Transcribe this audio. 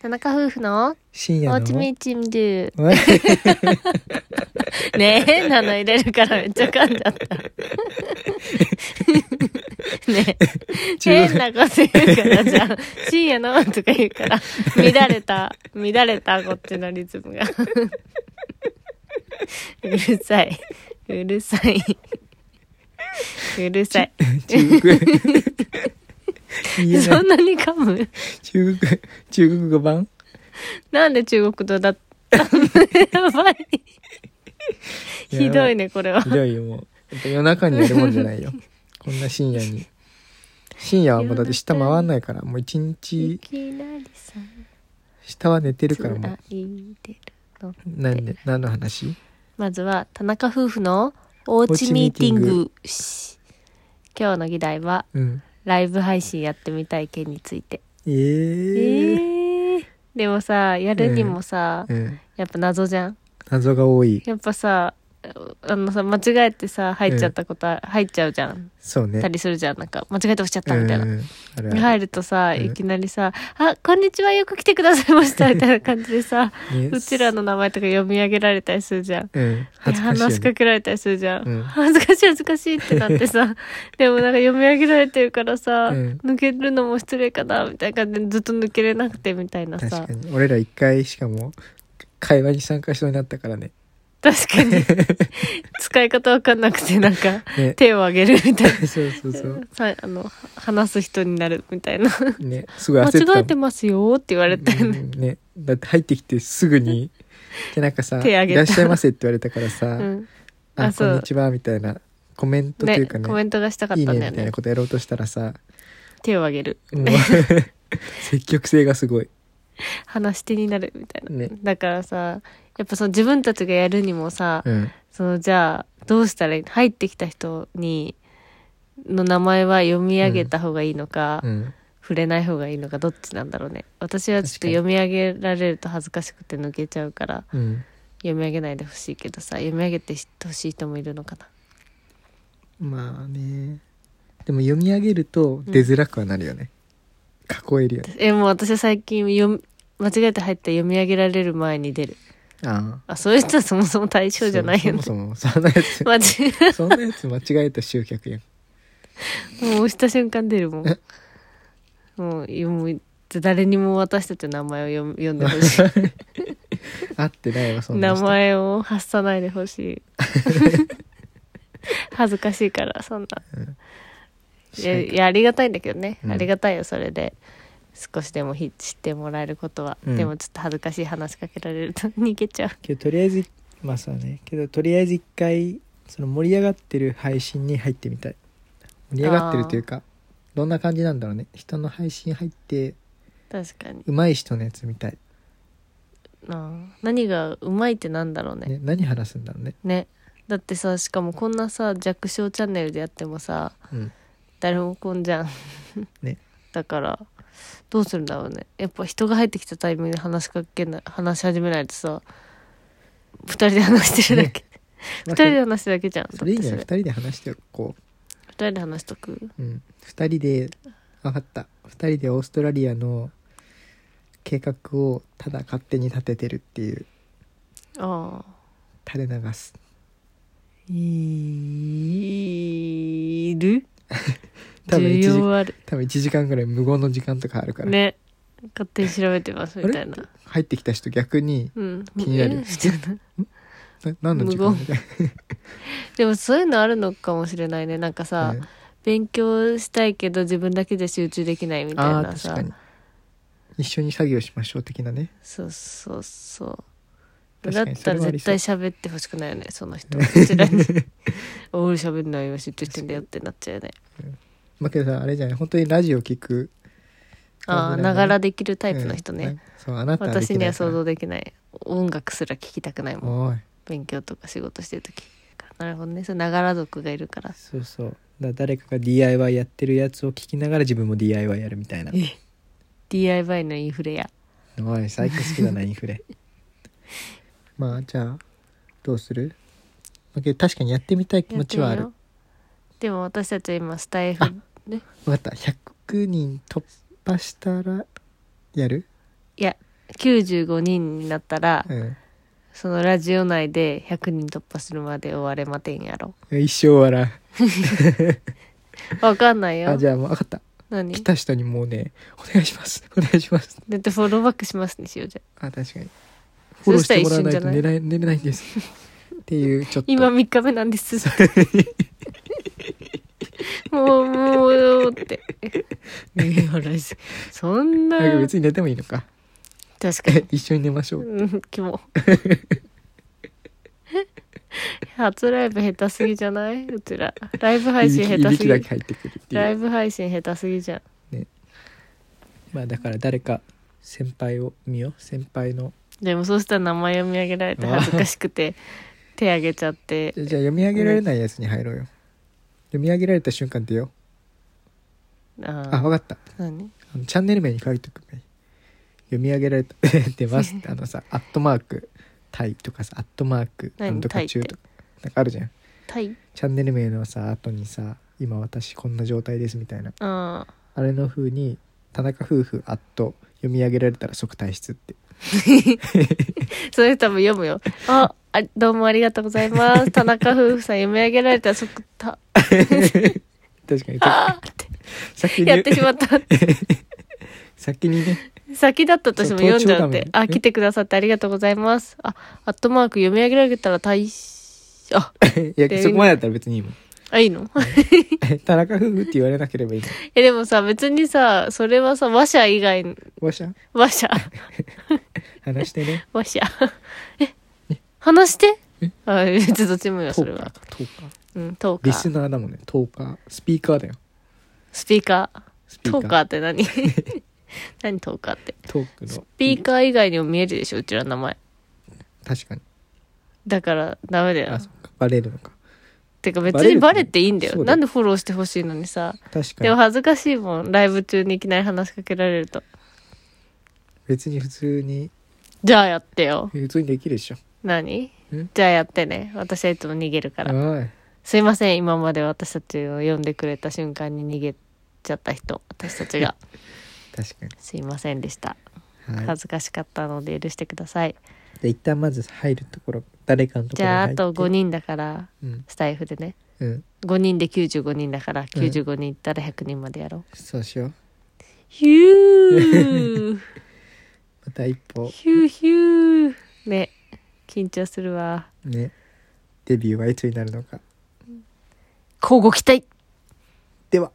田中夫婦の深お夜うちのみちみるえねえなの入れるからめっちゃ噛んじ ゃったねえ中変なこと言うからじ ゃあ深夜のとか言うから乱れた乱れたこっちのリズムがうるさいうるさいうるさい 中国言えなそいんなに噛む中国中国語版なんで中国語だったの やばい。ひどいね、これはひ。どいよもうやっぱ夜中にやるもんじゃないよこんな深夜に深夜はもうだって下回んないからもう一い日きなりさ、下は寝てるつからもうらいでるの。何で何の話まずは、田中夫婦のおうちミーティンおグ。し今日の議題は、うんライブ配信やってみたい件について。ええー、ーでもさ、やるにもさ、うんやっぱ謎じゃん。謎が多いやっぱさ、あのさ、間違えてさ、入っちゃったことあ、入っちゃうじゃん。そうねたりするじゃん。なんか、間違えて押しちゃったみたいなう。んあるある入るとさ、うんいきなりさ、あ、こんにちは、よく来てくださいました、みたいな感じで さ、ねうちらの名前とか読み上げられたりするじゃん。うん恥ずかしいよ話ねしかけられたりするじゃん。うん恥ずかしい、恥ずかしいってなってさ、 でもなんか読み上げられてるからさ、うん抜けるのも失礼かな、みたいな感じでずっと抜けれなくて、みたいなさ確か。に俺ら一回しかも会話に参加しそうになったからね確かに。 使い方わかんなくて、なんか、ね手を挙げるみたいな。そうそうそうさあの話す人になるみたいなね すごい焦ったもん間違えてますよって言われたよね、うんねだって入ってきてす ぐにでなんかさ「手挙げいたらっしゃいませ」って言われたからさ「うんああそうこんにちは」みたいなコメントというかねコメントがしたかっいたいんだよね」ねみたいなことやろうとしたら さ手を挙げるもう積極性がすごい話し手になるみたいな、ねだからさやっぱその自分たちがやるにもさ、うんそのじゃあどうしたらいい入ってきた人にの名前は読み上げた方がいいのか、うん触れない方がいいのかどっちなんだろうね私はちょっ確かとに読み上げられると恥ずかしくて抜けちゃうからうん読み上げないでほしいけどさ読み上げてほしい人もいるのかなまあねでも読み上げると出づらくはなるよね、囲えるよねえもう私は最近読み間違えて入って読み上げられる前に出るあああそういう人はそもそも対象じゃないよねそうそもそもそんなやマジつそんなやつ間違えた集客やんもう押した瞬間出る もんえ。もう、いやもう誰にも私たちの名前を読む読んでほしい。 合ってないわそんな名人前を発さないでほしい。恥ずかしいから、そんな。いや、いやありがたいんだけどね。うんありがたいよ、それで。少しでもひ知ってもらえることは。うんでも、ちょっと恥ずかしい話しかけられると逃げちゃう。けどとりあえずまあそうねけどとりあえず一回その盛り上がってる配信に入ってみたい盛り上がってるというかどんな感じなんだろうね人の配信入って確かに。上手い人のやつみたい、なあ何がうまいってなんだろうね。ねね、何話すんだろうねだってさ、しかもこんなさ、弱小チャンネルでやってもさ、うん誰も来んじゃんねだからどうするんだろうねやっぱ人が入ってきたタイミングで話しかけない話し始めないとさ2人で話してるだけ、二2人 で話してるだけじゃんそれいいんじゃなだいっ2て人で話してこそれ2人で話しとくう、うん、2人で分かった2人でオーストラリアの計画をただ勝手に立ててるっていうああ垂れ流すいる 多分需一時要ある多分1時間ぐらい無言の時間とかあるから、ね勝手に調べてますみたいな入ってきた人逆にうん気になるえみたいなな何の時間無言みたいなでもそういうのあるのかもしれないねなんかさ、うん勉強したいけど自分だけじゃ集中できないみたいああなーさ確かに一緒に作業しましょう的なねそうそうそう。確だかっにたらそれはあり絶そう対喋ってほしくないよね、その人。こちらに。 おい、喋んないよ、嫉妬してんだよってなっちゃうよね。まあけどさあれじゃない本当にラジオ聞くああ、こんぐらいのねながらできるタイプの人うんね。そうあなたでき私なにいからは想像できない。音楽すら聞きたくないもん。おい勉強とか仕事してるとき。なるほどね。そうながら族がいるから。そうそうだから誰かが DIY やってるやつを聞きながら自分も DIY やるみたいな DIY のインフレや。おい最高好きだなインフレ まあじゃあどうするまあけど確かにやってみたい気や持ってちみはあよるうでも私たちは今、スタイフあ。分かった100人突破したらやるいや、 95人になったら、うんそのラジオ内で100人突破するまで終われまてんやろ。一生笑うわかんないよあ。じゃあもう分かった何来た人にもうね「お願いします お願いしますだってフォローバックしますにしようじゃん」あ確かにフォそローししたらて一もら瞬わないじゃとない寝れ寝れないんですっていうちょっと今3日目なん ですってもうもうっていやラジオそんななんか確別に寝てもいいのかかに一緒に寝ましょううんキモ初ライブ下手すぎじゃないうちらライブ配信下い手びすきだぎけ入ってくるってラいイうブ配信下手すぎじゃんまあだから誰か先輩を見よう先輩のでもそうしたら名前読み上げられて恥ずかしくて手あげちゃってじゃあ読み上げられないやつに入ろうよ読み上げられた瞬間出ようああ分かった何あのチャンネル名に書いておくね読み上げられた出ますってあ のさ「アットマークタイ」とかさ「アットマーク何なんとか中」とかなんかあるじゃんタイチャンネル名のさ後にさ「今私こんな状態です」みたいなああれの風に「田中夫婦アット」読み上げられたら即退 出ってーそれ多分読むよああどうもありがとうござい ます田中夫婦さん読み上げられたら即た確かにあーって先にやってしま った先にね先だったとしても読んじゃうってそう登頂画面あ来てくださってありがとうございますあアットマーク読み上げられたら大しあいやそこまでだったら別にいいもんあいいの 田中夫婦って言われなければいいのえでもさ別にさそれはさ話者以外わしゃ話者話し てね話者え話してえあ別にどっちもよトそれーカーはかトーカーうんトーリカスーナーだもんねトーカースピーカーだよスピーカースピトーーカーカーって何 何トーカーってトークのスピーカー以外にも見えるでしょうちらの名前確かにだからダメだよあそっかバレるのかてか別バレるにバレていいんだよそうだなよんでフォローしてほしいのにさ確かでもに恥ずかしいもんライブ中にいきなり話しかけられると別に普通にじゃあやってよ普通にできるでしょ何んじゃあやってね私はいつも逃げるからおいすいません今まで私たちを呼んでくれた瞬間に逃げちゃった人私たち が確かすいませんでしたにはい恥ずかしかったので許してください、で一旦まず入るところ誰かのとこじろにゃあ入あってと5人だからうんスタイフでねうん5人で95人だから95人いったら100人までやろう、そうしようヒューまた一歩ヒューヒューね緊張するわねデビューはいつになるのか交互期待では